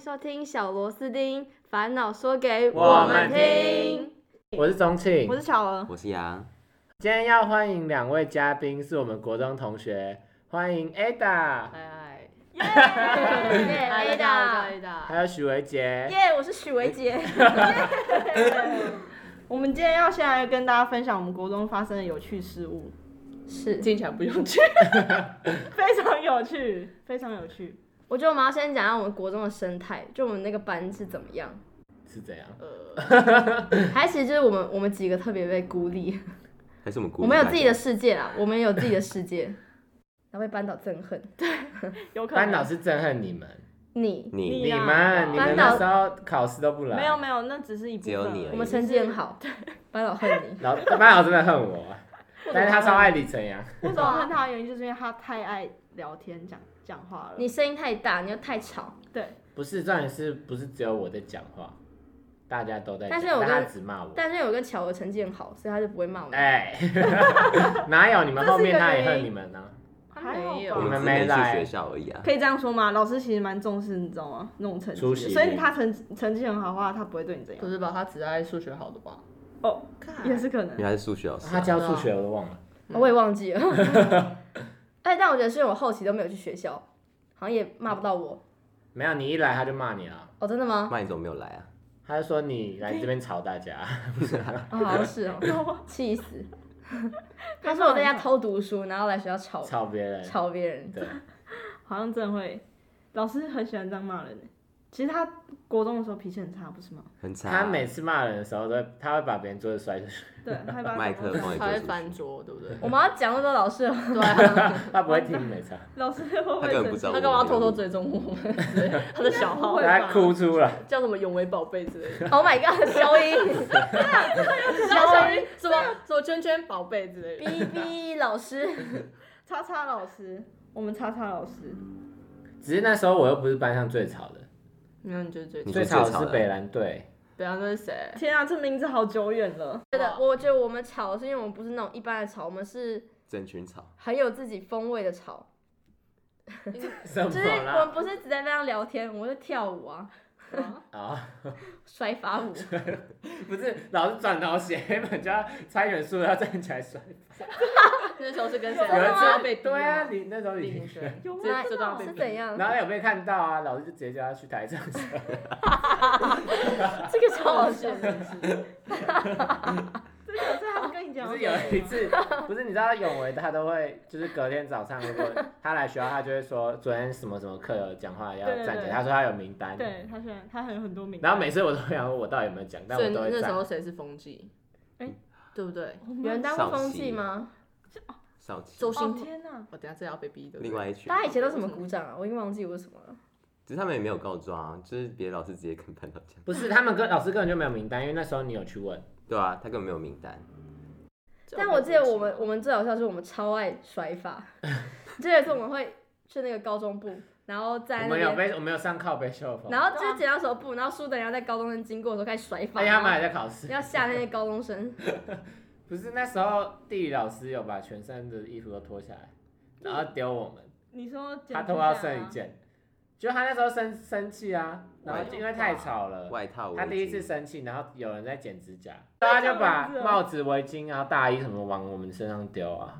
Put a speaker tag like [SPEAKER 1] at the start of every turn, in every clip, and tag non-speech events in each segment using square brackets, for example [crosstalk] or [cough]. [SPEAKER 1] 收听小螺丝钉烦恼说给
[SPEAKER 2] 我
[SPEAKER 1] 们
[SPEAKER 2] 们
[SPEAKER 1] 听
[SPEAKER 2] 听。我是钟庆
[SPEAKER 3] 我，是巧儿，
[SPEAKER 4] 我是杨，
[SPEAKER 2] 今天要欢迎两位嘉宾，是我们国中同学，欢迎 Ada，
[SPEAKER 3] 哎，
[SPEAKER 1] 耶
[SPEAKER 3] 嗨大家好我是
[SPEAKER 2] 还
[SPEAKER 3] Ada
[SPEAKER 2] 有许维杰。
[SPEAKER 3] 耶我是许维杰。我们今天要先来跟大家分享我们国中发生的有趣事物，
[SPEAKER 1] 是，
[SPEAKER 3] 听起来不有趣， [laughs] 非常有趣，非常有趣。
[SPEAKER 1] 我觉得我们要先讲一下我们国中的生态，就我们那个班是怎么
[SPEAKER 2] [laughs]
[SPEAKER 1] 样。
[SPEAKER 2] 是怎样？
[SPEAKER 1] 还其实就是我们我们几个特别被孤
[SPEAKER 2] [laughs]
[SPEAKER 1] 立，
[SPEAKER 4] 还是我们姑
[SPEAKER 1] 我们有自己的世界啦，我们有自己的世界，然后被班导憎恨。
[SPEAKER 3] 有可能
[SPEAKER 2] 班导是憎恨你们，
[SPEAKER 1] 你
[SPEAKER 4] 你，
[SPEAKER 3] 你
[SPEAKER 2] 你
[SPEAKER 3] 啊
[SPEAKER 2] 们，你们
[SPEAKER 1] 班导
[SPEAKER 2] 那时候考试都不来，
[SPEAKER 3] 没有没有，那只是一部分
[SPEAKER 4] 只有
[SPEAKER 3] 而已。
[SPEAKER 4] 你而已
[SPEAKER 1] 我们成绩很 [laughs] 好，班导恨你。
[SPEAKER 2] 老班导真的恨我，但是他超爱李晨阳，
[SPEAKER 3] 为什么恨他的原因，就是因为他太爱聊天讲讲话了。
[SPEAKER 1] 你声音太大，你又太吵。
[SPEAKER 3] 对，
[SPEAKER 2] 不是重点是不是只有我在讲话，大家都在讲，
[SPEAKER 1] 但是我跟
[SPEAKER 2] 大家只骂我，
[SPEAKER 1] 但是有跟巧儿成绩很好，所以他就不会骂我们。
[SPEAKER 2] 哎， [laughs] 哪有你们
[SPEAKER 3] 这是
[SPEAKER 2] 后面
[SPEAKER 3] 一个
[SPEAKER 2] 他也
[SPEAKER 3] 原
[SPEAKER 2] 恨
[SPEAKER 3] 因
[SPEAKER 2] 你们呢？
[SPEAKER 3] 还好吧
[SPEAKER 1] 没有
[SPEAKER 4] 我们
[SPEAKER 2] 你们
[SPEAKER 4] 只
[SPEAKER 2] 没
[SPEAKER 4] 能
[SPEAKER 2] 来
[SPEAKER 4] 去学校而已啊。
[SPEAKER 3] 可以这样说吗？老师其实蛮重视，你知道吗？那种成绩
[SPEAKER 2] 出
[SPEAKER 3] 的，
[SPEAKER 2] 席率
[SPEAKER 3] 所以他成成绩很好的话，他不会对你怎样。
[SPEAKER 5] 不是吧？他只爱数学好的吧？
[SPEAKER 3] 哦，也是可能
[SPEAKER 4] 因为。他是数学老师
[SPEAKER 2] 他
[SPEAKER 4] 啊，
[SPEAKER 2] 教数学我都忘了，
[SPEAKER 1] 我也忘记了。
[SPEAKER 2] [laughs]
[SPEAKER 1] 哎，但我觉得是因为我后期都没有去学校，好像也骂不到我。
[SPEAKER 2] 没有你一来他就骂你了，
[SPEAKER 1] 哦，真的
[SPEAKER 2] [laughs]
[SPEAKER 1] 吗？
[SPEAKER 4] 那你怎么没有来啊？
[SPEAKER 2] 他就说你来这边吵大家。
[SPEAKER 1] 哦，好像是哦，气死！
[SPEAKER 5] [laughs]
[SPEAKER 1] 他说我在家偷读书，然后来学校吵
[SPEAKER 2] 吵别人，
[SPEAKER 1] 吵别人。
[SPEAKER 2] 对，
[SPEAKER 3] 好像真的会，老师很喜欢这样骂人欸。其实他国中的时候脾气很差，不是吗？
[SPEAKER 4] 很惨啊。
[SPEAKER 2] 他每次骂人的时候，都他会把别人桌子摔出去，
[SPEAKER 4] [laughs]
[SPEAKER 3] 对，害怕
[SPEAKER 4] 麦克风也
[SPEAKER 5] 他会
[SPEAKER 4] 丢出
[SPEAKER 5] 翻
[SPEAKER 4] 去，
[SPEAKER 5] 桌，对不对？
[SPEAKER 1] 我们要讲那么多老师了， [laughs]
[SPEAKER 5] 对啊，
[SPEAKER 2] 他不会听没差，
[SPEAKER 3] 老师会不
[SPEAKER 4] 他
[SPEAKER 3] 会
[SPEAKER 4] 根本不知
[SPEAKER 3] 生
[SPEAKER 4] 道。
[SPEAKER 3] 气？
[SPEAKER 5] 他干嘛偷偷？追踪我们？对他的小号
[SPEAKER 3] 会
[SPEAKER 2] 他哭出来，
[SPEAKER 5] 叫什么“永为宝贝”之类的，
[SPEAKER 1] Oh my god，消音，
[SPEAKER 2] [laughs]
[SPEAKER 5] 小鱼什么什么圈圈宝贝之类的。
[SPEAKER 1] 哔哔老师，
[SPEAKER 3] 叉叉老师，我们叉叉老师，
[SPEAKER 2] 只是那时候我又不是班上最吵的，
[SPEAKER 5] 没有，你就是最
[SPEAKER 4] 你
[SPEAKER 2] 最
[SPEAKER 4] 是
[SPEAKER 2] 吵
[SPEAKER 4] 最吵
[SPEAKER 2] 的
[SPEAKER 4] 的
[SPEAKER 2] 是北兰队，
[SPEAKER 5] 不要那是谁？
[SPEAKER 3] 天啊，这名字好久远了。
[SPEAKER 1] 对的，我觉得我们吵是因为我们不是那种一般的吵，我们是
[SPEAKER 4] 整群吵，
[SPEAKER 1] 很有自己风味的吵，
[SPEAKER 2] 什
[SPEAKER 1] 就是
[SPEAKER 2] 么
[SPEAKER 1] 我们
[SPEAKER 2] 啦？
[SPEAKER 1] 不是只在那样聊天，我们是跳舞啊，
[SPEAKER 2] 啊，
[SPEAKER 1] 摔发
[SPEAKER 2] [laughs]
[SPEAKER 1] 舞。
[SPEAKER 2] 不是，老是转头写黑板就要擦远树，要站起来摔。
[SPEAKER 5] 那时候是跟谁？
[SPEAKER 1] 有
[SPEAKER 2] 有
[SPEAKER 1] 人
[SPEAKER 2] 人
[SPEAKER 1] 知道
[SPEAKER 5] 被逼吗
[SPEAKER 2] 对啊，你那时候
[SPEAKER 5] 李
[SPEAKER 2] 你
[SPEAKER 5] 明，轩，
[SPEAKER 3] 有
[SPEAKER 5] 这
[SPEAKER 3] 吗？
[SPEAKER 5] 这段被
[SPEAKER 1] 是
[SPEAKER 5] 逼
[SPEAKER 1] 怎样？
[SPEAKER 2] 然后有被看到啊，老师就直接叫他去台上。
[SPEAKER 1] [laughs] 这个超好笑。
[SPEAKER 3] 这个这还是跟你讲
[SPEAKER 2] 不
[SPEAKER 3] 的
[SPEAKER 2] 是有一次，不是你知道永维他都会，就是隔天早上如果他来学校，他就会说昨天什么什么课有讲话要
[SPEAKER 3] 对对
[SPEAKER 2] 站起
[SPEAKER 3] 对
[SPEAKER 2] 来，他说他有名单，
[SPEAKER 3] 对他喜欢，他还有很多名字。
[SPEAKER 2] 然后每次我都会想说我到底有没有讲，但
[SPEAKER 5] 所以
[SPEAKER 2] 我都会
[SPEAKER 5] 那时
[SPEAKER 2] 站。
[SPEAKER 5] 候谁是风纪？
[SPEAKER 3] 哎
[SPEAKER 5] 对不对？
[SPEAKER 1] 有人当过风纪吗？
[SPEAKER 4] 少奇。
[SPEAKER 5] 周
[SPEAKER 3] 哦
[SPEAKER 5] 星天，
[SPEAKER 3] 天哪，
[SPEAKER 5] 我等一下这要被逼的。
[SPEAKER 4] 另外一群，
[SPEAKER 1] 大家以前都怎么鼓掌啊？我已经忘记我是什么了。
[SPEAKER 4] 只是他们也没有告状啊，就是别的老师直接跟班导讲。
[SPEAKER 2] 不是，他们跟老师根本就没有名单，因为那时候你有去问，
[SPEAKER 4] 对啊，他根本没有名单。
[SPEAKER 1] 但我记得我们我们最好笑是我们超爱甩发，就有一次我们会去那个高中部，然后
[SPEAKER 2] 我
[SPEAKER 1] 在那
[SPEAKER 2] 们有
[SPEAKER 1] 边，
[SPEAKER 2] 被我们有上靠背秀风，
[SPEAKER 1] 然后就是剪刀手部，然后输的人要在高中生经过的时候开始甩发，
[SPEAKER 2] 而且他们
[SPEAKER 1] 然
[SPEAKER 2] 还在考试
[SPEAKER 1] 后。要吓那些高中生。
[SPEAKER 2] 不是那时候地理老师有把全身的衣服都脱下来，然后丢我们，
[SPEAKER 3] 你说剪
[SPEAKER 2] 他
[SPEAKER 3] 指
[SPEAKER 2] 脱
[SPEAKER 3] 甲
[SPEAKER 2] 到
[SPEAKER 3] 啊
[SPEAKER 2] 剩一件，就他那时候生生气啊，然后就因为太吵了。
[SPEAKER 4] 外套、围
[SPEAKER 2] 呃他第一
[SPEAKER 4] 巾
[SPEAKER 2] 次生气，然后有人在剪指甲，然后他就把帽子、啊围巾然后大衣什么往我们身上丢啊。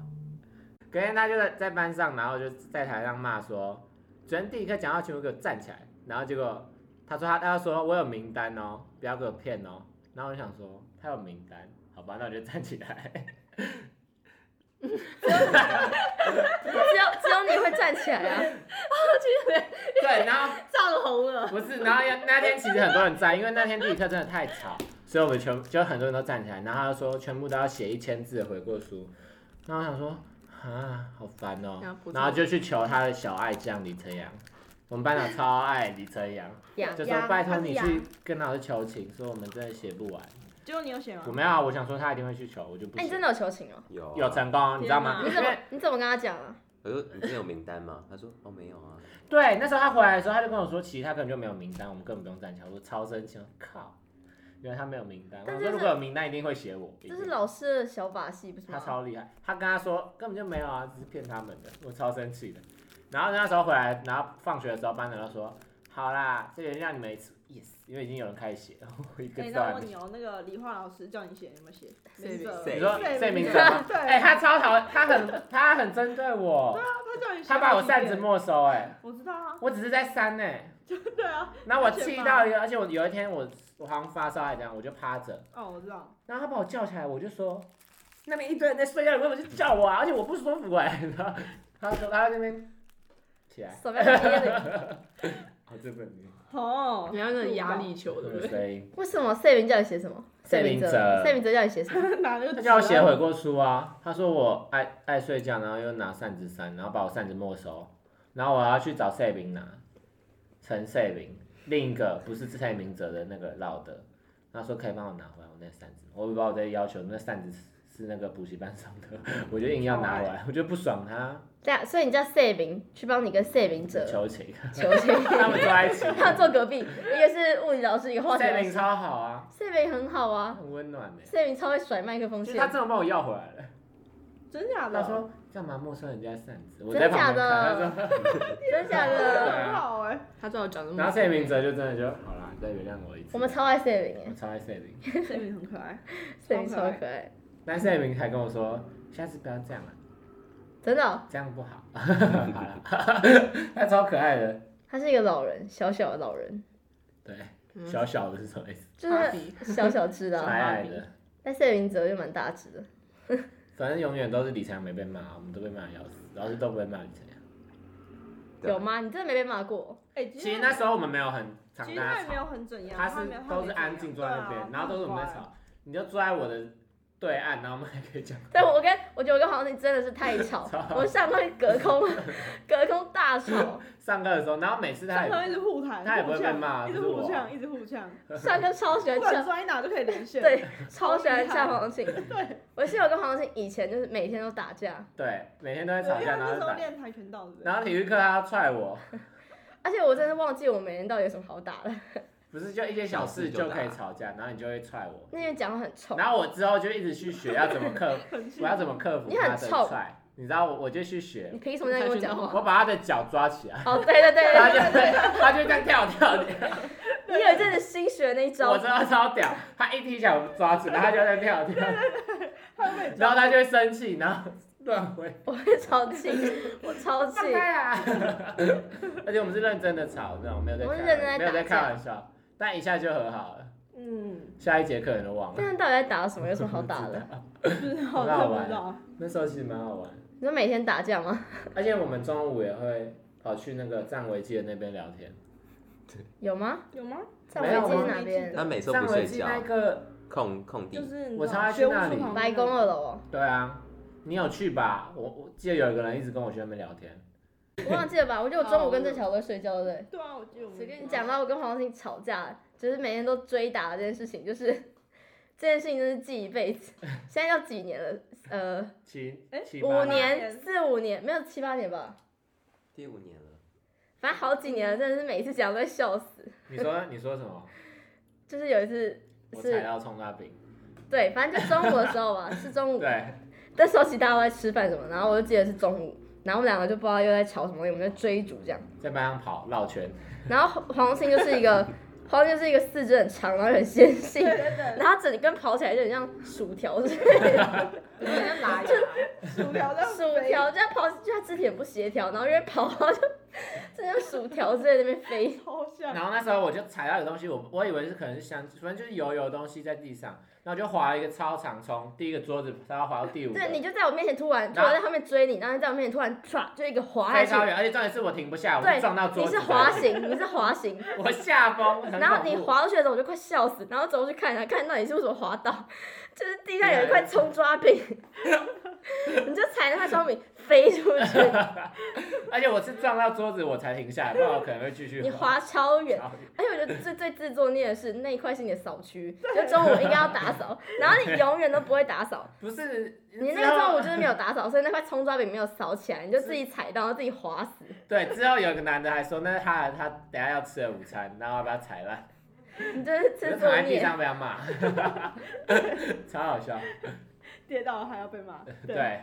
[SPEAKER 2] 隔天他就在在班上，然后就在台上骂说，昨天第一课讲到全部给我站起来，然后结果他说他他说我有名单哦，不要给我骗哦。然后我就想说他有名单，好吧，那我就站起来。
[SPEAKER 1] 只有只有你会站起来啊！
[SPEAKER 2] 对，然后
[SPEAKER 5] 涨红了。
[SPEAKER 2] [laughs] 不是，然后那天其实很多人在，因为那天地理课真的太吵，所以我们全就很多人都站起来，然后他就说全部都要写一千字的悔过书，然后我想说啊，好烦哦、
[SPEAKER 5] 要补充
[SPEAKER 2] 然后就去求他的小爱将李晨阳，我们班长超爱李
[SPEAKER 1] [laughs]
[SPEAKER 2] 晨阳，
[SPEAKER 1] 呀
[SPEAKER 2] 就说拜托你
[SPEAKER 1] 呀
[SPEAKER 2] 去跟老师求情，说我们真的写不完，
[SPEAKER 3] 结果你有写吗
[SPEAKER 2] 我？没有啊，我想说他一定会去求，我就不
[SPEAKER 1] 哎，你真
[SPEAKER 2] 写。
[SPEAKER 1] 的有求情哦？
[SPEAKER 4] 有啊
[SPEAKER 2] 有成功哦，你知道吗？
[SPEAKER 1] 你
[SPEAKER 2] 因
[SPEAKER 3] 天
[SPEAKER 1] 怎么
[SPEAKER 2] 为
[SPEAKER 1] 你怎么跟他讲啊？
[SPEAKER 4] 我说你真的有名单吗？他说哦没有啊。
[SPEAKER 2] 对，那时候他回来的时候，他就跟我说，其实他根本就没有名单，我们根本不用站起来。我超生气，我靠，原来他没有名单。我
[SPEAKER 1] 但
[SPEAKER 2] 想
[SPEAKER 1] 这
[SPEAKER 2] 说
[SPEAKER 1] 是
[SPEAKER 2] 如果有名单，一定会写我。一
[SPEAKER 1] 这
[SPEAKER 2] 定
[SPEAKER 1] 是老师的小把戏，不是
[SPEAKER 2] 嗯他
[SPEAKER 1] 吗？
[SPEAKER 2] 超厉害，他跟他说根本就没有啊，只是骗他们的，我超生气的。然后那时候回来，然后放学的时候，班长就说：“好啦，这个让你们一次 yes，因为已经有人开始写了，我一个
[SPEAKER 3] 哎，
[SPEAKER 2] 字都
[SPEAKER 3] 那
[SPEAKER 2] 还没
[SPEAKER 3] 我问
[SPEAKER 2] 写
[SPEAKER 3] 你。哦，那个理化老师叫你写，你有没有写？
[SPEAKER 5] 谁
[SPEAKER 3] 名字
[SPEAKER 5] 谁
[SPEAKER 2] 你说
[SPEAKER 3] 对
[SPEAKER 2] 这名
[SPEAKER 3] 名
[SPEAKER 2] 字
[SPEAKER 3] 字
[SPEAKER 2] 吗？[laughs]
[SPEAKER 3] 对
[SPEAKER 2] 哎，他超讨，他很他很针对我，
[SPEAKER 1] 啊
[SPEAKER 3] 他叫你写，
[SPEAKER 2] 他把我扇子，没收，哎，
[SPEAKER 3] 我知道啊，
[SPEAKER 2] 我只是在扇呢。
[SPEAKER 3] 对啊，
[SPEAKER 2] 然后我气到一个，而且我有一天我我好像发烧还是怎样，我就趴着，
[SPEAKER 3] 哦，我知道，
[SPEAKER 2] 然后他把我叫起来，我就说那边一堆人在睡觉，你为什么去叫我啊？而且我 [laughs] 不舒服哎、然后他说他在那边起来，
[SPEAKER 1] 什么样的压力？
[SPEAKER 2] 好这份你
[SPEAKER 3] 哦，
[SPEAKER 5] 你要那种压
[SPEAKER 1] [laughs]
[SPEAKER 5] 力球，对不
[SPEAKER 2] 的
[SPEAKER 5] 对？
[SPEAKER 2] 声音，
[SPEAKER 1] 为什么谢明叫你写什么？
[SPEAKER 2] 谢明
[SPEAKER 1] 明哲
[SPEAKER 2] 哲，
[SPEAKER 1] 谢明哲叫你写什么？
[SPEAKER 3] 哪个？
[SPEAKER 2] 他叫我写悔过书啊，他说我爱爱睡觉，然后又拿扇子扇，然后把我扇子没收，然后我要去找谢明拿，陈谢明，另一个不是蔡明哲的那个老的，他说可以帮我拿回来我那扇子，我不知道我在要求那扇子是是那个补习班送的，我就硬要拿回来，我就不爽他，
[SPEAKER 1] 这样，啊所以你叫谢明去帮你跟谢明哲
[SPEAKER 2] 求情， [laughs]
[SPEAKER 1] 求情，
[SPEAKER 2] 他们坐在一起，
[SPEAKER 1] [laughs] 他坐隔壁，一个是物理老师，一个化学
[SPEAKER 2] 谢
[SPEAKER 1] 老
[SPEAKER 2] 明
[SPEAKER 1] 师。
[SPEAKER 2] 超好啊，
[SPEAKER 1] 谢明很好啊，
[SPEAKER 2] 很温暖呢、欸
[SPEAKER 1] 谢明超会甩麦克风
[SPEAKER 2] 其实他
[SPEAKER 1] 线。
[SPEAKER 2] 真的帮我要回来了，
[SPEAKER 3] 真假的？
[SPEAKER 2] 他说干嘛没收人家扇子？我
[SPEAKER 1] 真
[SPEAKER 2] 在
[SPEAKER 1] 的
[SPEAKER 2] 旁边
[SPEAKER 1] 假
[SPEAKER 2] 看，
[SPEAKER 1] 的
[SPEAKER 2] 他说。
[SPEAKER 1] 真假
[SPEAKER 2] 对
[SPEAKER 1] 的？
[SPEAKER 2] 啊
[SPEAKER 3] 很好哎，
[SPEAKER 5] 他最好讲那么。
[SPEAKER 2] 然后谢明哲就真的就好啦，你再原谅我一次。
[SPEAKER 1] 我们超爱谢明
[SPEAKER 2] 我
[SPEAKER 1] 哎，
[SPEAKER 2] 超爱 [laughs] 谢明，
[SPEAKER 3] 这名很可爱，
[SPEAKER 1] 谢明
[SPEAKER 3] 超
[SPEAKER 1] 超
[SPEAKER 3] 可爱
[SPEAKER 1] 可爱，
[SPEAKER 2] 但谢明还跟我说，下次不要这样了、啊
[SPEAKER 1] 真的哦，
[SPEAKER 2] 这样不好。 [laughs] 好啦他超可爱的，
[SPEAKER 1] 他是一个老人，小小的老人，
[SPEAKER 2] 对，
[SPEAKER 5] 嗯
[SPEAKER 2] 小小的是什么意思？
[SPEAKER 1] 就
[SPEAKER 5] 芭
[SPEAKER 1] 是
[SPEAKER 5] 比
[SPEAKER 1] 小小只
[SPEAKER 2] [laughs]
[SPEAKER 1] 的啊。
[SPEAKER 2] 矮矮的，
[SPEAKER 1] 但谢明哲就蛮大只的，
[SPEAKER 2] 反正永远都是李强没被骂，我们都被骂得要死，老师都不会骂李强。啊
[SPEAKER 4] 对
[SPEAKER 1] 有吗？你真的没被骂过？
[SPEAKER 3] [laughs] 哎，
[SPEAKER 2] 其实那时候我们没有很常
[SPEAKER 3] 其
[SPEAKER 2] 跟
[SPEAKER 3] 实他
[SPEAKER 2] 他
[SPEAKER 3] 也没有
[SPEAKER 2] 吵，
[SPEAKER 3] 很怎样，啊
[SPEAKER 2] 他
[SPEAKER 3] 也
[SPEAKER 2] 是
[SPEAKER 3] 没有
[SPEAKER 2] 都是安静坐在那边，然后都是我们在。吵，你就坐在我的对岸，然后我们还可以讲。
[SPEAKER 1] 但我跟我觉得我跟黄子真的是太吵
[SPEAKER 2] [laughs] 超，
[SPEAKER 1] 我上课隔空隔空大吵，
[SPEAKER 2] 上课的时候，然后每次他
[SPEAKER 3] 上
[SPEAKER 2] 也
[SPEAKER 3] 头一直互谈，
[SPEAKER 2] 他也不会被骂
[SPEAKER 3] 一直
[SPEAKER 2] 可是
[SPEAKER 3] 互
[SPEAKER 2] 我
[SPEAKER 3] 呛，一直互呛，
[SPEAKER 1] [laughs] 上课超喜欢
[SPEAKER 3] 不
[SPEAKER 1] 呛
[SPEAKER 3] 管摔哪都可以连线。
[SPEAKER 1] 对，超喜欢
[SPEAKER 3] 厉害
[SPEAKER 1] 呛黄庆。对，我室友跟黄庆以前就是每天都打架，
[SPEAKER 2] 对每天都
[SPEAKER 3] 对，
[SPEAKER 2] 在吵
[SPEAKER 3] 因为他
[SPEAKER 2] 架，然
[SPEAKER 3] 那
[SPEAKER 2] 后
[SPEAKER 3] 时
[SPEAKER 2] 就
[SPEAKER 3] 候
[SPEAKER 2] 打。
[SPEAKER 3] 练跆拳道，对不对？
[SPEAKER 2] 然后体育课他要踹我，
[SPEAKER 1] 而且我真的忘记我们人到底有什么好打的，
[SPEAKER 2] 不是就一些小事就可以吵架，然后你就会踹我。
[SPEAKER 1] 那天讲话很臭，
[SPEAKER 2] 然后我之后就一直去学要怎么克，
[SPEAKER 3] 很气
[SPEAKER 2] 我要怎么克服
[SPEAKER 1] 你
[SPEAKER 2] 他
[SPEAKER 1] 很
[SPEAKER 2] 的
[SPEAKER 1] 臭
[SPEAKER 2] 踹。你知道我我就去学
[SPEAKER 1] 你，凭什么这样跟我讲话？
[SPEAKER 2] 我把他的脚抓起来，
[SPEAKER 1] 哦，对对对
[SPEAKER 2] 他
[SPEAKER 1] 对
[SPEAKER 2] 就他就这样跳跳跳，
[SPEAKER 1] 对，你有一阵子新学那一
[SPEAKER 2] 我
[SPEAKER 1] 招
[SPEAKER 2] 知，道超屌。他一踢脚抓起来，他就在跳跳，
[SPEAKER 3] 他会被
[SPEAKER 2] 然后他就会生气，然后乱挥。
[SPEAKER 1] 我会超气，我超气
[SPEAKER 2] 放。开啊！而且我们是认真的吵，那种没有在
[SPEAKER 1] 我们是
[SPEAKER 2] 开
[SPEAKER 1] 认真在
[SPEAKER 2] 玩没有在
[SPEAKER 1] 打
[SPEAKER 2] 开
[SPEAKER 1] 架
[SPEAKER 2] 玩笑，但一下就和好了。
[SPEAKER 3] 嗯，
[SPEAKER 2] 下一节课人都忘了，
[SPEAKER 1] 但是到底在打什么？有什么好打的？
[SPEAKER 3] 不知道，
[SPEAKER 2] 很好
[SPEAKER 3] 真的
[SPEAKER 2] 玩
[SPEAKER 3] 嗯不知道。
[SPEAKER 2] 那时候其实蛮好玩的。
[SPEAKER 1] 你说每天打架吗？
[SPEAKER 2] 而且我们中午也会跑去那个站维基的那边聊天。
[SPEAKER 1] 有吗？
[SPEAKER 3] 有吗？
[SPEAKER 1] 在
[SPEAKER 2] 没有
[SPEAKER 1] 我
[SPEAKER 2] 我
[SPEAKER 1] 们
[SPEAKER 2] 们
[SPEAKER 1] 哪边？
[SPEAKER 4] 他每次都
[SPEAKER 2] 站
[SPEAKER 4] 不
[SPEAKER 2] 维
[SPEAKER 4] 睡
[SPEAKER 2] 基
[SPEAKER 4] 觉啊
[SPEAKER 2] 那，个，
[SPEAKER 4] 空空地
[SPEAKER 3] 就，是你
[SPEAKER 2] 我
[SPEAKER 3] 知
[SPEAKER 2] 常
[SPEAKER 3] 道
[SPEAKER 2] 常去
[SPEAKER 3] 学务
[SPEAKER 2] 那
[SPEAKER 3] 处
[SPEAKER 2] 里
[SPEAKER 3] 旁边
[SPEAKER 1] 白宫二楼哦，
[SPEAKER 2] 对啊，你有去吧？我我记得有一个人一直跟我去那边聊天，
[SPEAKER 1] 我忘记了吧？我觉得我中午跟这小哥睡觉，对不对？
[SPEAKER 3] 对啊，我记得我们
[SPEAKER 5] 随便
[SPEAKER 1] 你讲到我跟黄欣吵架，就是每天都追打这件事情，就是 [laughs] 这件事情就是记一辈子。现在要几年了？呃，
[SPEAKER 2] 七
[SPEAKER 3] 哎
[SPEAKER 2] 七
[SPEAKER 1] 五
[SPEAKER 2] 八
[SPEAKER 1] 年、四五年，没有七八年吧，
[SPEAKER 4] 第五年了，
[SPEAKER 1] 反正好几年
[SPEAKER 5] 嗯
[SPEAKER 1] 了，真的是每一次讲都会笑死。
[SPEAKER 2] 你说你说
[SPEAKER 1] [laughs]
[SPEAKER 2] 什么？
[SPEAKER 1] 就是有一次
[SPEAKER 2] 我啊踩
[SPEAKER 1] 是，
[SPEAKER 2] 到葱抓饼。
[SPEAKER 1] 对，反正就中午的时候吧，是中午，
[SPEAKER 2] 对，
[SPEAKER 1] 那时候其实大家都在吃饭什么，然后我就记得是中午，然后我们两个就不知道又在吵什么，我们在追逐这样。
[SPEAKER 2] 在班上跑绕圈，
[SPEAKER 1] 然后黄黄欣就是一个，黄欣就是一个四肢很长，然后很纤
[SPEAKER 5] [laughs]
[SPEAKER 1] 细，
[SPEAKER 3] [laughs] 对
[SPEAKER 1] [laughs]
[SPEAKER 3] 对对，
[SPEAKER 1] 然后整根跑起来就很像薯条似的。
[SPEAKER 5] 有点拉牙，
[SPEAKER 3] 薯条在
[SPEAKER 1] 薯条这样跑，就他肢体很不协调，然后因为跑，然后就这像薯条在那边飞。
[SPEAKER 3] 超像，
[SPEAKER 2] 然后那时候我就踩到有东西，我我以为是可能是香，反正就是油油的东西在地上，然后就滑了一个超长冲，第一个桌子，然后滑到第五个，
[SPEAKER 1] 对，你就在我面前突然，突然在后面追你，然后在我面前突然唰就一个滑
[SPEAKER 2] 飞
[SPEAKER 1] 下
[SPEAKER 2] 超
[SPEAKER 1] 去，
[SPEAKER 2] 远，而且重点是我停不下，我
[SPEAKER 1] 对
[SPEAKER 2] 就撞到桌
[SPEAKER 1] 你
[SPEAKER 2] 子，
[SPEAKER 1] 是滑行，你是滑行，
[SPEAKER 2] 我下风， [laughs] 很
[SPEAKER 1] 然后
[SPEAKER 2] 恐
[SPEAKER 1] 你
[SPEAKER 2] 怖
[SPEAKER 1] 滑过去的时候我就快笑死，然后走过去看一下，看到你是为什么滑
[SPEAKER 2] [laughs]
[SPEAKER 1] 倒，就是地上有一块葱抓饼，你就踩那块葱抓饼飞出
[SPEAKER 2] [laughs]
[SPEAKER 1] 去，
[SPEAKER 2] 而且我是撞到桌子我才停下来，不然我可能会继续
[SPEAKER 1] 你滑超远。
[SPEAKER 2] 超
[SPEAKER 1] 而且我觉得最最自作孽的是那一块是你的扫区，就中午应该要打扫，然后你永远都不会打扫。
[SPEAKER 2] 不是
[SPEAKER 1] 你那
[SPEAKER 2] 之
[SPEAKER 1] 个
[SPEAKER 2] 后
[SPEAKER 1] 中午就是没有打扫，所以那块葱抓饼没有扫起来，你就自己踩到，然后自己滑死。
[SPEAKER 2] 对之后有个男的还说，那是他他等下要吃的午餐，然后要把他踩烂，
[SPEAKER 1] 你真是
[SPEAKER 2] 我就
[SPEAKER 1] 吃
[SPEAKER 2] 躺
[SPEAKER 1] 作
[SPEAKER 2] 在地
[SPEAKER 1] 孽。
[SPEAKER 2] 上被他骂， [laughs] 超
[SPEAKER 1] [laughs]
[SPEAKER 2] 好笑。
[SPEAKER 3] 跌倒还要被骂。
[SPEAKER 2] 欸对，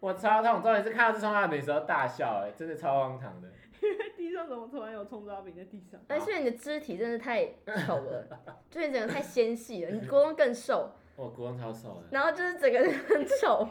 [SPEAKER 2] 我超痛，重点是看到这双蜡笔的时候大笑、哎，真的超荒唐的。
[SPEAKER 3] 地上怎么突然有葱抓饼在地上？
[SPEAKER 1] 而且你的肢体真的太丑
[SPEAKER 2] [laughs]
[SPEAKER 1] 了，就是你整个太纤细了，你国中更瘦，
[SPEAKER 2] 我国中超瘦的。
[SPEAKER 1] 然后就是整个人很丑，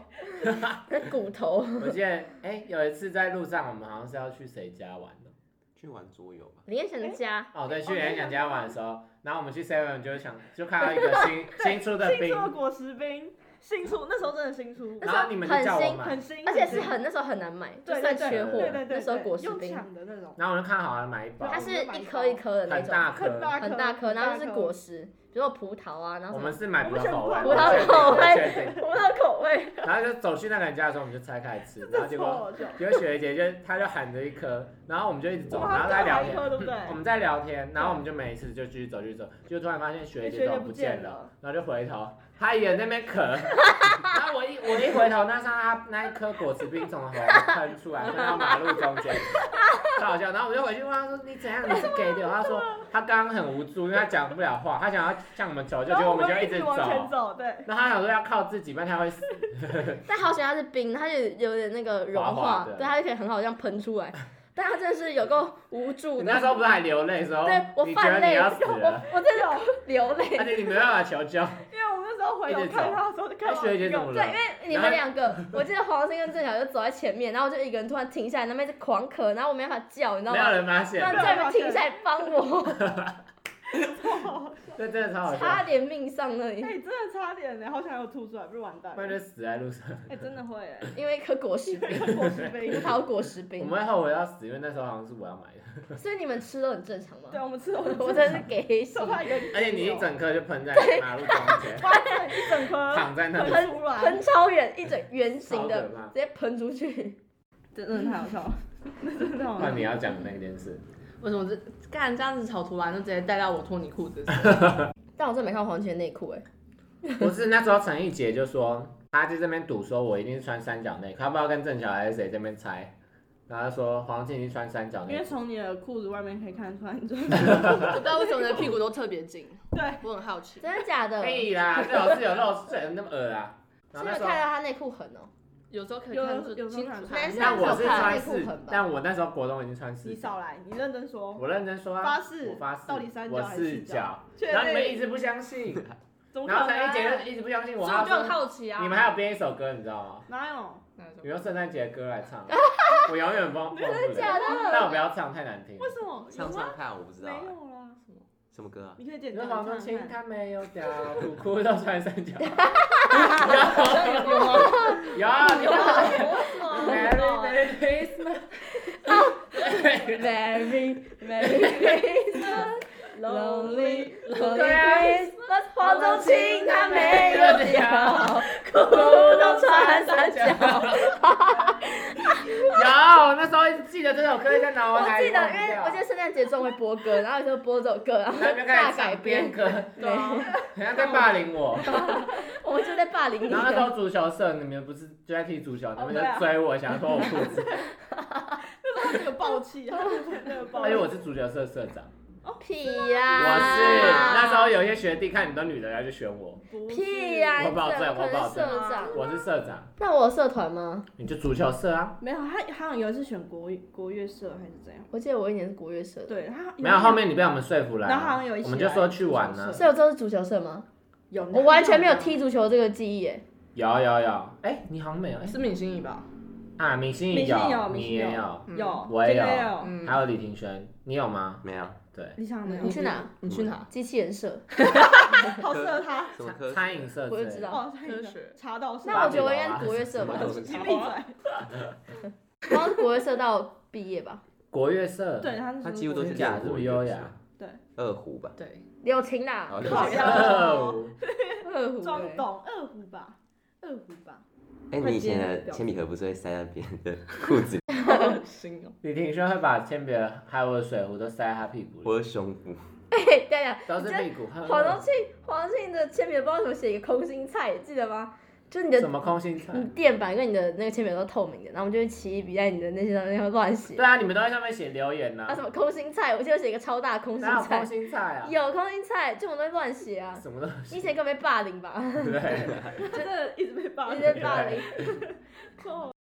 [SPEAKER 1] 骨头。
[SPEAKER 2] 我记得，哎、有一次在路上，我们好像是要去谁家玩的。
[SPEAKER 4] 去玩桌游吧。
[SPEAKER 1] 林彦祥的家，
[SPEAKER 2] 哦，对，去演讲家玩的时候，然后我们去 Seven 就想就看到一个
[SPEAKER 1] [laughs]
[SPEAKER 2] 新新出的
[SPEAKER 3] 新
[SPEAKER 2] 兵
[SPEAKER 3] 出，的果实冰，新出那时候真的新出，
[SPEAKER 2] 然后你们就叫我买
[SPEAKER 3] 很，新，
[SPEAKER 1] 而且是很那时候很难买，就
[SPEAKER 3] 对
[SPEAKER 1] 算
[SPEAKER 3] 对对
[SPEAKER 1] 缺货
[SPEAKER 3] 对对对，
[SPEAKER 1] 那
[SPEAKER 3] 对，
[SPEAKER 1] 时候果实
[SPEAKER 3] 用
[SPEAKER 1] 冰，
[SPEAKER 3] 抢的那种，
[SPEAKER 2] 然后我就看好了买一包
[SPEAKER 1] 它，是一颗一颗的那
[SPEAKER 2] 很
[SPEAKER 1] 种，
[SPEAKER 2] 大颗
[SPEAKER 3] 很。大颗，
[SPEAKER 1] 很大颗，然后就是果实，比如说葡萄啊，然后
[SPEAKER 2] 我
[SPEAKER 1] 什么
[SPEAKER 2] 们是买葡萄口味，
[SPEAKER 3] 我
[SPEAKER 1] 葡
[SPEAKER 3] 们
[SPEAKER 1] 萄
[SPEAKER 3] 选
[SPEAKER 1] 口
[SPEAKER 2] 我
[SPEAKER 1] 味，
[SPEAKER 2] 确定。
[SPEAKER 1] 葡萄口味，
[SPEAKER 2] 然后就走去那个人家的时候，我们就拆开来吃，然后
[SPEAKER 3] 这
[SPEAKER 2] 结
[SPEAKER 3] 超
[SPEAKER 2] 果
[SPEAKER 3] 好笑，
[SPEAKER 2] 有学姐就她就喊着一颗，然后我们就一直走，
[SPEAKER 3] 哇
[SPEAKER 2] 然后在聊
[SPEAKER 3] 一
[SPEAKER 2] 天，嗯
[SPEAKER 3] 颗对不对？
[SPEAKER 2] 我们在聊天，然后我们就每一次就继续走，继续走，就突然发现学姐怎么不见了，然后就回头，她也在
[SPEAKER 1] [laughs]
[SPEAKER 2] 那边咳，然后我一我一回头，那上她那一颗果子冰从喉咙喷出来，喷到马路中间，超好笑。然后我就回去问她说：“你怎样？你是给的？”她说：“她刚刚很无助，因为她讲不了话，她想要向我们求
[SPEAKER 1] 哦
[SPEAKER 2] 救，结
[SPEAKER 3] 然
[SPEAKER 2] 果
[SPEAKER 3] 后
[SPEAKER 2] 我们就
[SPEAKER 3] 一
[SPEAKER 2] 直
[SPEAKER 3] 往前
[SPEAKER 2] 走。
[SPEAKER 3] 走，对，
[SPEAKER 2] 然后她想说要靠自己，不然她会死。
[SPEAKER 1] 但好险它是冰，它就有点那个融
[SPEAKER 2] 滑
[SPEAKER 1] 化，
[SPEAKER 2] 滑的
[SPEAKER 1] 对，它就可以很好这样喷出来，但它真的是有够无助
[SPEAKER 2] 你那时
[SPEAKER 1] 的，
[SPEAKER 2] 候不是还流泪说
[SPEAKER 1] 对我
[SPEAKER 2] 你觉
[SPEAKER 1] 犯
[SPEAKER 2] 得你
[SPEAKER 1] 泪
[SPEAKER 2] 要死了，
[SPEAKER 1] 我真的流泪，
[SPEAKER 2] 而且啊你没办法求
[SPEAKER 1] [laughs]
[SPEAKER 2] 救。
[SPEAKER 3] [laughs] 因为我们那时候回头看他的时候就看
[SPEAKER 2] 哎，
[SPEAKER 3] 到
[SPEAKER 2] 学姐怎
[SPEAKER 3] [laughs]
[SPEAKER 2] 么
[SPEAKER 3] 了？
[SPEAKER 2] 了
[SPEAKER 1] 对，因？为你们两个，我记得黄星跟郑晓就走在前面，然后我就一个人突然停下来，那边就狂咳，然后我没办法叫，你知道
[SPEAKER 2] 没有
[SPEAKER 1] 吗？
[SPEAKER 2] 人发
[SPEAKER 1] 突
[SPEAKER 2] 现
[SPEAKER 1] 然，郑晓停下来帮我，
[SPEAKER 2] 这真的超好
[SPEAKER 1] 差
[SPEAKER 2] 笑，
[SPEAKER 1] 点命丧那里，
[SPEAKER 3] 哎，真的差点呢，好想有吐出来，不是完蛋
[SPEAKER 2] 不然
[SPEAKER 3] 了？
[SPEAKER 2] 就死在路上。
[SPEAKER 3] 哎，真
[SPEAKER 2] [laughs]
[SPEAKER 3] 的会，哎，
[SPEAKER 1] 因为一颗果实
[SPEAKER 3] 一
[SPEAKER 1] 冰，
[SPEAKER 3] 个果实
[SPEAKER 1] 葡
[SPEAKER 3] 冰。
[SPEAKER 1] 萄果实
[SPEAKER 2] 我
[SPEAKER 1] 冰，
[SPEAKER 2] 们会后悔到死，因为那时候好像是我要买的，
[SPEAKER 1] 所以你们吃都很正常吗？
[SPEAKER 3] 对，我们吃了，我
[SPEAKER 1] 我真的是给洗
[SPEAKER 3] 收他一个，
[SPEAKER 2] 而且你一整颗就喷在马路中
[SPEAKER 3] [laughs]
[SPEAKER 2] 间，
[SPEAKER 3] 完整一整颗
[SPEAKER 2] 躺在那里，
[SPEAKER 3] 喷出来，
[SPEAKER 1] 喷超远，一整圆形
[SPEAKER 2] 超
[SPEAKER 1] 的
[SPEAKER 2] 可，怕
[SPEAKER 1] 直。接喷出去。
[SPEAKER 3] 真的太好笑了，那真的太好笑
[SPEAKER 2] 换
[SPEAKER 3] 了。
[SPEAKER 2] 你要啊讲那件事，
[SPEAKER 5] 为什么这干这样子草图完就直接带到我脱你裤子？
[SPEAKER 1] [laughs] 但我真的没看过黄轩内裤哎，
[SPEAKER 2] 不是那时候陈奕杰就说他在这边赌，说我一定是穿三角内裤，他不知道跟郑晓还是谁这边猜，然后他说黄静怡穿三角
[SPEAKER 3] 因
[SPEAKER 2] 内
[SPEAKER 3] 为
[SPEAKER 2] 裤，
[SPEAKER 3] 从你的裤子外面可以看出来，你就是
[SPEAKER 5] 我不知道为什么你的屁股都特别紧，
[SPEAKER 3] 对，
[SPEAKER 5] 我很好奇。
[SPEAKER 1] 真的假的？
[SPEAKER 2] 可
[SPEAKER 1] 是
[SPEAKER 2] 以啦，最好是有露，最那么恶啊。
[SPEAKER 1] 有
[SPEAKER 2] 然后那
[SPEAKER 1] 看
[SPEAKER 2] 时
[SPEAKER 1] 到
[SPEAKER 2] 候，
[SPEAKER 1] 他内裤痕哦？
[SPEAKER 5] 有时候可以
[SPEAKER 3] 有
[SPEAKER 5] 看出
[SPEAKER 3] 有时候
[SPEAKER 5] 清
[SPEAKER 3] 看
[SPEAKER 5] 楚
[SPEAKER 3] 得出
[SPEAKER 5] 看
[SPEAKER 1] 来
[SPEAKER 5] 得出来，
[SPEAKER 2] 但我是穿
[SPEAKER 1] 内
[SPEAKER 2] 四
[SPEAKER 1] 裤很吧，
[SPEAKER 2] 但我那时候国中已经穿四
[SPEAKER 3] 你，少来，你认真说，
[SPEAKER 2] 我认真说啊，
[SPEAKER 3] 发誓
[SPEAKER 2] 我发誓，
[SPEAKER 3] 到底三角
[SPEAKER 2] 我
[SPEAKER 3] 还是
[SPEAKER 2] 四
[SPEAKER 3] 四角
[SPEAKER 2] 角，
[SPEAKER 3] 确
[SPEAKER 2] 然后你们
[SPEAKER 3] 定？
[SPEAKER 2] 一直不相
[SPEAKER 3] [laughs]
[SPEAKER 2] 信，
[SPEAKER 3] 怎么
[SPEAKER 2] 然后
[SPEAKER 3] 可
[SPEAKER 2] 陈奕杰
[SPEAKER 3] 能？
[SPEAKER 2] 就一直不相信我，
[SPEAKER 5] 所以我
[SPEAKER 2] 他
[SPEAKER 5] 就很
[SPEAKER 2] 说
[SPEAKER 5] 好奇啊。
[SPEAKER 2] 你们还有编一首歌，你知道吗？
[SPEAKER 3] 哪有？
[SPEAKER 2] 你用圣诞节的歌
[SPEAKER 1] [laughs]
[SPEAKER 2] 来唱，我永远忘忘不
[SPEAKER 1] 真的假
[SPEAKER 2] 了。但我
[SPEAKER 1] 的？
[SPEAKER 2] 不要唱，太难听。
[SPEAKER 3] 为什么？有
[SPEAKER 4] 唱
[SPEAKER 3] 吗？
[SPEAKER 4] 唱看，我不知道
[SPEAKER 1] 啊
[SPEAKER 4] 哎，
[SPEAKER 3] 没有啦，
[SPEAKER 4] 什么歌啊？
[SPEAKER 3] 你可以简
[SPEAKER 2] 你说
[SPEAKER 3] 单
[SPEAKER 2] 黄
[SPEAKER 3] 唱
[SPEAKER 2] 宗
[SPEAKER 3] 唱
[SPEAKER 2] 清
[SPEAKER 3] 看。
[SPEAKER 2] 他没有屌，苦哭都穿三
[SPEAKER 1] [laughs]
[SPEAKER 2] 角。
[SPEAKER 5] 有吗？
[SPEAKER 2] 有
[SPEAKER 1] 啊
[SPEAKER 5] [laughs]
[SPEAKER 2] 你有啊
[SPEAKER 5] 有
[SPEAKER 2] Merry Merry Christmas。
[SPEAKER 1] Very very lonely
[SPEAKER 2] 对啊
[SPEAKER 1] lonely Christmas，黄宗清他没有脚，裤都穿三角。
[SPEAKER 2] 有，我那时候一直记得这首歌在脑
[SPEAKER 1] 我
[SPEAKER 2] 海
[SPEAKER 1] 记
[SPEAKER 2] 里忘
[SPEAKER 1] 得，
[SPEAKER 2] 不
[SPEAKER 1] 因
[SPEAKER 2] 掉。
[SPEAKER 1] 为我记得圣诞节中会播歌，然后有时候播这首歌，然后
[SPEAKER 2] 然后就
[SPEAKER 1] 大
[SPEAKER 2] 开始
[SPEAKER 1] 改
[SPEAKER 2] 唱
[SPEAKER 1] 编，
[SPEAKER 2] 编歌，
[SPEAKER 1] 对，
[SPEAKER 3] 啊
[SPEAKER 1] 啊
[SPEAKER 2] 好像在霸
[SPEAKER 1] [laughs]
[SPEAKER 2] 凌我。
[SPEAKER 1] 我们就在霸凌你
[SPEAKER 2] 然。后那时候足球社，你们不是就在踢足球，你们
[SPEAKER 1] 哦
[SPEAKER 3] 对啊
[SPEAKER 2] 就追我，想脱我裤
[SPEAKER 1] [laughs]
[SPEAKER 2] 子，
[SPEAKER 3] 他那个暴气，他那个暴
[SPEAKER 2] 而
[SPEAKER 3] 气
[SPEAKER 2] 且。我是足球社社长。
[SPEAKER 1] 屁
[SPEAKER 2] 我
[SPEAKER 1] 呀！
[SPEAKER 2] 是那时候有一些学弟看你都女的，然后就选我，
[SPEAKER 3] 不是
[SPEAKER 1] 屁呀！
[SPEAKER 2] 我保证
[SPEAKER 1] 你怎么可能
[SPEAKER 2] 我保证
[SPEAKER 1] 社长。
[SPEAKER 2] 我是社长，
[SPEAKER 1] 那我有社团吗？
[SPEAKER 2] 你就足球社啊。
[SPEAKER 3] 没有，他他好像有一次选国乐国乐社还是怎样？
[SPEAKER 1] 我记得我有一年是国乐社的，
[SPEAKER 3] 对他
[SPEAKER 2] 没有，后面你被我们说服了啊，
[SPEAKER 3] 然后好像有一起
[SPEAKER 2] 我们就说去玩啊呢、
[SPEAKER 3] 来
[SPEAKER 1] 所以我这是足球社吗？
[SPEAKER 3] 有，
[SPEAKER 1] 我完全没有。踢足球这个记忆耶。
[SPEAKER 2] 有有有，哎、你好像没有，哎、
[SPEAKER 5] 是敏星仪吧？
[SPEAKER 2] 啊，明星也
[SPEAKER 3] 明星有明
[SPEAKER 2] 你
[SPEAKER 3] 星有
[SPEAKER 2] 也有，
[SPEAKER 5] 嗯
[SPEAKER 3] 有，
[SPEAKER 2] 我也有
[SPEAKER 3] 今天有。
[SPEAKER 5] 嗯
[SPEAKER 2] 还有李庭轩，你有吗？
[SPEAKER 4] 没有，啊
[SPEAKER 2] 对，
[SPEAKER 3] 你想没有
[SPEAKER 1] 你？去哪？
[SPEAKER 5] 你去哪？
[SPEAKER 1] 机器人社。
[SPEAKER 3] 好适合他。
[SPEAKER 4] 什么歌？
[SPEAKER 2] 餐饮社之类的
[SPEAKER 1] 我就知道
[SPEAKER 3] 哦，茶道士。
[SPEAKER 1] 那我觉得我应该是国乐社吧，
[SPEAKER 2] 啊
[SPEAKER 4] 芭比娃娃
[SPEAKER 3] 你闭嘴。
[SPEAKER 1] 然后国乐社到毕业吧。
[SPEAKER 2] 国乐社，
[SPEAKER 3] 对，他是
[SPEAKER 4] 他几乎都
[SPEAKER 2] 真
[SPEAKER 4] 是
[SPEAKER 2] 的假的
[SPEAKER 4] 练
[SPEAKER 2] 这
[SPEAKER 4] 过
[SPEAKER 2] 么
[SPEAKER 4] 一
[SPEAKER 2] 优
[SPEAKER 4] 个
[SPEAKER 2] 雅，
[SPEAKER 4] 二胡吧。
[SPEAKER 5] 对，
[SPEAKER 1] 柳青啦，
[SPEAKER 4] 哦
[SPEAKER 3] 好
[SPEAKER 4] 对
[SPEAKER 3] 呀
[SPEAKER 2] 哦
[SPEAKER 1] 二胡
[SPEAKER 3] 装
[SPEAKER 1] 欸。 [laughs]
[SPEAKER 3] 懂二胡吧，二胡吧。
[SPEAKER 4] 哎，你以前的铅笔盒不是会塞在别人的 [laughs] 裤子里，
[SPEAKER 5] 好心哦。
[SPEAKER 2] 李庭轩会把铅笔还有我的水壶都塞在他屁股里，
[SPEAKER 4] 我的胸部。
[SPEAKER 1] 嘿，等一下，
[SPEAKER 2] 都是屁股。
[SPEAKER 1] 黄宗庆，黄宗庆的铅笔不知道怎么写一个空心菜，记得吗？就是你
[SPEAKER 2] 什
[SPEAKER 1] 的嗯
[SPEAKER 2] 么空心菜？
[SPEAKER 1] 你垫板跟你的那个铅笔都是透明的，然后我们就会起一笔在你的那些上面乱写。
[SPEAKER 2] 对啊，你们都在上面写留言呐、
[SPEAKER 1] 啊，什么空心菜？我记得写一个超大的空心
[SPEAKER 2] 哪有
[SPEAKER 1] 菜
[SPEAKER 2] 空，心菜啊？
[SPEAKER 1] 有空心菜这种东西乱写啊。
[SPEAKER 2] 什么都
[SPEAKER 1] 你
[SPEAKER 2] [laughs]
[SPEAKER 1] 以前更被霸凌吧？
[SPEAKER 2] 对。
[SPEAKER 1] [laughs]
[SPEAKER 3] 他真的一直被霸
[SPEAKER 1] 你
[SPEAKER 3] 凌。
[SPEAKER 1] 在霸凌。